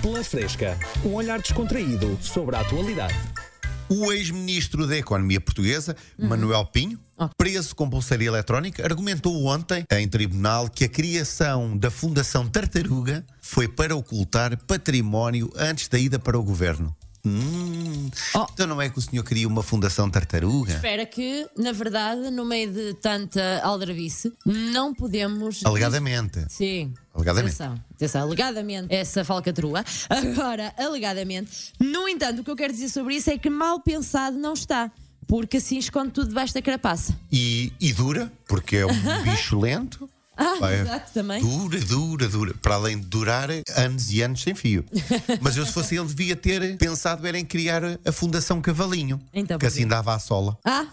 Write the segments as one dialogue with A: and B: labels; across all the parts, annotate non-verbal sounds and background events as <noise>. A: Pela Fresca, um olhar descontraído sobre a atualidade.
B: O ex-ministro da Economia Portuguesa, Manuel Pinho, preso com pulseira eletrónica, argumentou ontem em tribunal que a criação da Fundação Tartaruga foi para ocultar património antes da ida para o governo. Hum,
C: Oh.
B: Então não é que o senhor queria uma Fundação Tartaruga?
C: Espera que, na verdade, no meio de tanta aldrabice, não podemos.
B: Alegadamente.
C: Sim.
B: Alegadamente.
C: Atenção, atenção, alegadamente, essa falcatrua. <laughs> Agora, alegadamente. No entanto, o que eu quero dizer sobre isso é que mal pensado não está. Porque assim esconde tudo debaixo da carapaça.
B: E, e dura, porque é um <laughs> bicho lento.
C: Ah,
B: Pá, é
C: exato, também.
B: Dura, dura, dura. Para além de durar anos e anos sem
C: <laughs>
B: fio. Mas eu, se fosse ele, devia ter pensado era em criar a Fundação Cavalinho.
C: Então,
B: que assim
C: porquê?
B: dava à sola
C: Ah,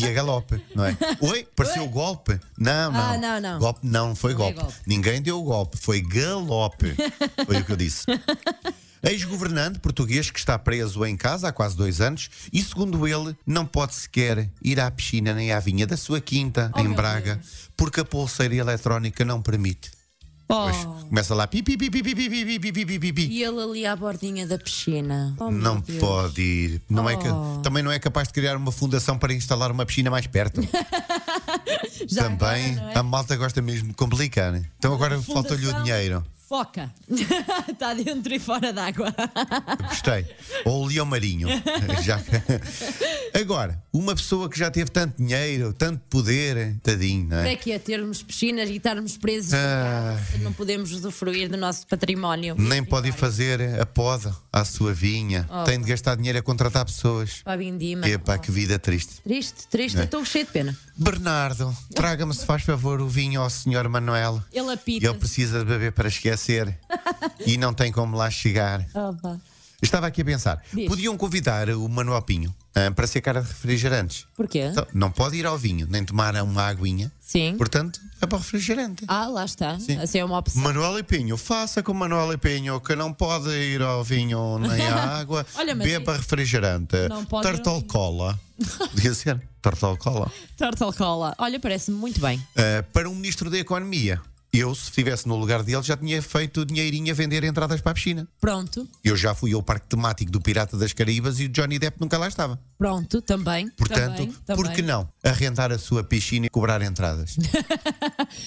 B: e a galope, não
C: <laughs>
B: é? Oi, pareceu golpe? Não, não.
C: Ah, não, não.
B: Golpe não, foi
C: Não é
B: golpe.
C: golpe.
B: Ninguém deu o golpe, foi
C: <laughs>
B: galope. foi o que eu disse. Ex-governante português que está preso em casa há quase dois anos e, segundo ele, não pode sequer ir à piscina nem à vinha da sua quinta em
C: Oh, meu
B: Braga porque a pulseira eletrónica não permite. <laughs> Pois,
C: oh.
B: começa lá pi, pi, pi, pi, pi, pi, pi, pi, pi, pi, pi, pi, pi.
C: E ele ali à bordinha da piscina. Oh, meu
B: Não
C: Deus.
B: pode ir. Não é ca-
C: Oh.
B: Também não é capaz de criar uma fundação para instalar uma piscina mais perto.
C: Já
B: Também
C: agora, não é?
B: a malta gosta mesmo de complicar. né? Então agora falta-lhe o
C: Fundação.
B: dinheiro.
C: Foca! <laughs> Está dentro e fora d'água.
B: É. Gostei. Ou o Leão Marinho.
C: <laughs>
B: Já. Agora, uma pessoa que já teve tanto dinheiro, tanto poder, tadinho, não
C: Como é
B: é?
C: que é termos piscinas e estarmos presos?
B: Ah.
C: Não podemos usufruir do nosso património.
B: Nem pode ir fazer a poda à sua vinha.
C: Oh.
B: Tem de gastar dinheiro a contratar pessoas.
C: Pá, Vindima.
B: Epá, que vida triste.
C: Triste, triste.
B: É.
C: Eu Estou cheio de pena.
B: Bernardo, traga-me, se faz favor, o vinho ao Sr. Manuel.
C: Ele apita.
B: Ele precisa de beber para
C: <laughs>
B: esquecer e não tem como lá chegar.
C: Ah, pá.
B: Estava aqui a pensar,
C: Diz.
B: podiam convidar o Manuel Pinho ah, para ser cara de refrigerantes.
C: Porquê?
B: Então, não pode ir ao vinho, nem tomar uma aguinha.
C: Sim.
B: Portanto, é para o refrigerante.
C: Ah, lá está.
B: Sim. Hum.
C: Assim é uma opção.
B: Manuel e Pinho, faça com Manuel e Pinho que não pode ir ao vinho nem à
C: <laughs>
B: água,
C: Olha, mas
B: beba refrigerante,
C: Não pode ir ao
B: tartol
C: vinho. <laughs>
B: cola. Podia ser, tartol cola.
C: Turtle cola. Olha, parece-me muito bem.
B: Uh, para um ministro da Economia. Eu, se estivesse no lugar dele, já tinha feito dinheirinho a vender entradas para a piscina.
C: Pronto,
B: Eu já fui ao parque temático do Pirata das Caraíbas e o Johnny Depp nunca lá estava.
C: pronto, também.
B: Portanto,
C: também, também.
B: por que não arrendar a sua piscina e cobrar entradas?
C: <laughs>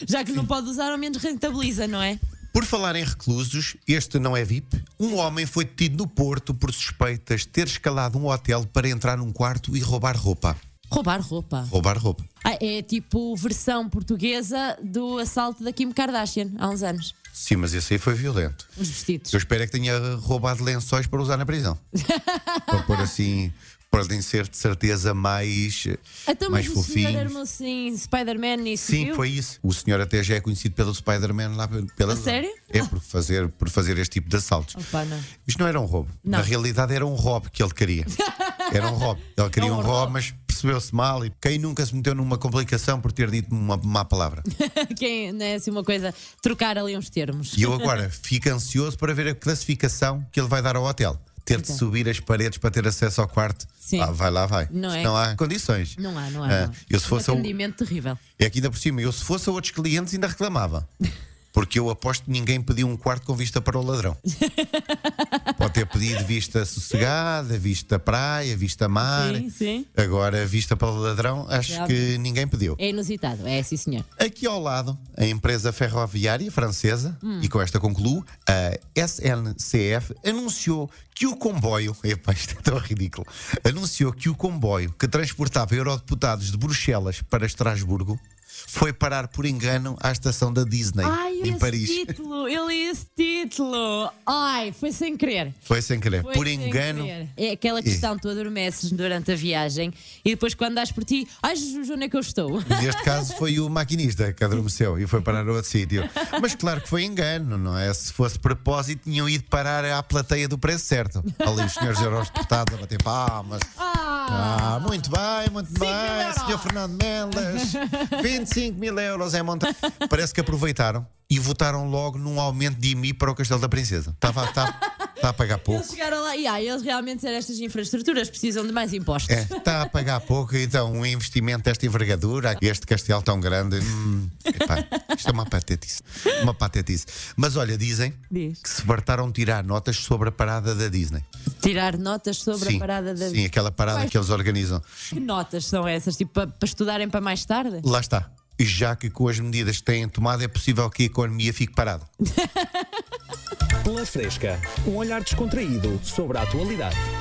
C: Já que não pode usar, ao menos rentabiliza, não é?
B: por falar em reclusos, este não é VIP. Um homem foi detido no Porto por suspeitas de ter escalado um hotel para entrar num quarto e roubar roupa.
C: Roubar roupa.
B: Roubar roupa.
C: Ah, é tipo versão portuguesa do assalto da Kim Kardashian, há uns anos.
B: Sim, mas esse aí foi violento.
C: Os vestidos.
B: Eu espero é que tenha roubado lençóis para usar na
C: <laughs>
B: prisão. para pôr assim, podem ser de certeza mais,
C: Então,
B: mais
C: mas o senhor
B: fofinhos.
C: era assim, Spider-Man e isso,
B: Sim,
C: viu?
B: foi isso. O senhor até já é conhecido pelo Spider-Man lá pe- pela.
C: A sério?
B: É por fazer, por fazer este tipo de assaltos.
C: Opa, não.
B: Isto não era um roubo.
C: Não.
B: Na realidade era um roubo que ele queria. Era um roubo. Ele queria
C: É um
B: um, roubo,
C: roubo.
B: mas percebeu-se mal. E quem nunca se meteu numa complicação por ter dito uma má palavra?
C: <laughs> Quem, não é assim uma coisa, trocar ali uns termos.
B: E eu agora fico ansioso para ver a classificação que ele vai dar ao hotel. Ter de subir as paredes para ter acesso ao quarto.
C: Então. Sim.
B: Ah, vai lá, vai.
C: Não é?
B: Não há condições.
C: Não há, não há.
B: Ah,
C: não há.
B: Eu se fosse
C: um
B: a um-
C: atendimento terrível.
B: É que ainda por cima, eu se fosse a outros clientes ainda reclamava. Porque eu aposto que ninguém pediu um quarto com vista para o
C: <laughs>
B: ladrão. Pode ter pedido vista sossegada, vista praia, vista mar.
C: Sim, sim.
B: Agora, vista para o ladrão, acho
C: Já
B: que ninguém pediu.
C: É inusitado, é sim, senhor.
B: Aqui ao lado, a empresa ferroviária francesa,
C: Hum.
B: e com esta concluo, a SNCF anunciou que o comboio, <laughs> epá, isto é tão ridículo, anunciou que o comboio que transportava eurodeputados de Bruxelas para Estrasburgo foi parar por engano à estação da Disney
C: Ai, eu li
B: em
C: esse
B: Paris.
C: título, eu li esse título. Ai, foi sem querer.
B: Foi sem querer,
C: Foi
B: por
C: sem
B: engano.
C: querer. É aquela questão, tu adormeces durante a viagem e depois quando dás por ti, ai, Jesus, onde é que eu estou? <laughs>
B: Neste caso foi o maquinista que adormeceu e foi parar a outro sítio. Mas claro que foi engano, não é? Se fosse propósito, tinham ido parar à plateia do preço certo. Ali os senhores eurodeputados a bater palmas. Ah, muito bem, muito
C: mil
B: bem,
C: euros.
B: senhor Fernando Mendes. 25 mil euros é montante. Parece que aproveitaram e votaram logo num aumento de IMI para o Castelo da Princesa. Estava, estava, Está a pagar pouco.
C: Eles chegaram lá e ah, eles realmente disseram, estas infraestruturas precisam de mais impostos.
B: É, está a pagar pouco, então um investimento desta envergadura, este castelo tão grande. hum, epá, isto é uma patetice. Uma patetice. Mas olha, dizem
C: Diz.
B: que se fartaram de tirar notas sobre a parada da Disney.
C: Tirar notas sobre a parada da
B: sim, aquela parada
C: Mas-
B: que eles organizam.
C: Que notas são essas? Tipo, para, para estudarem para mais tarde?
B: Lá está. E já que com as medidas que têm tomado é possível que a economia fique parada.
A: Pela Fresca, um olhar descontraído sobre a atualidade.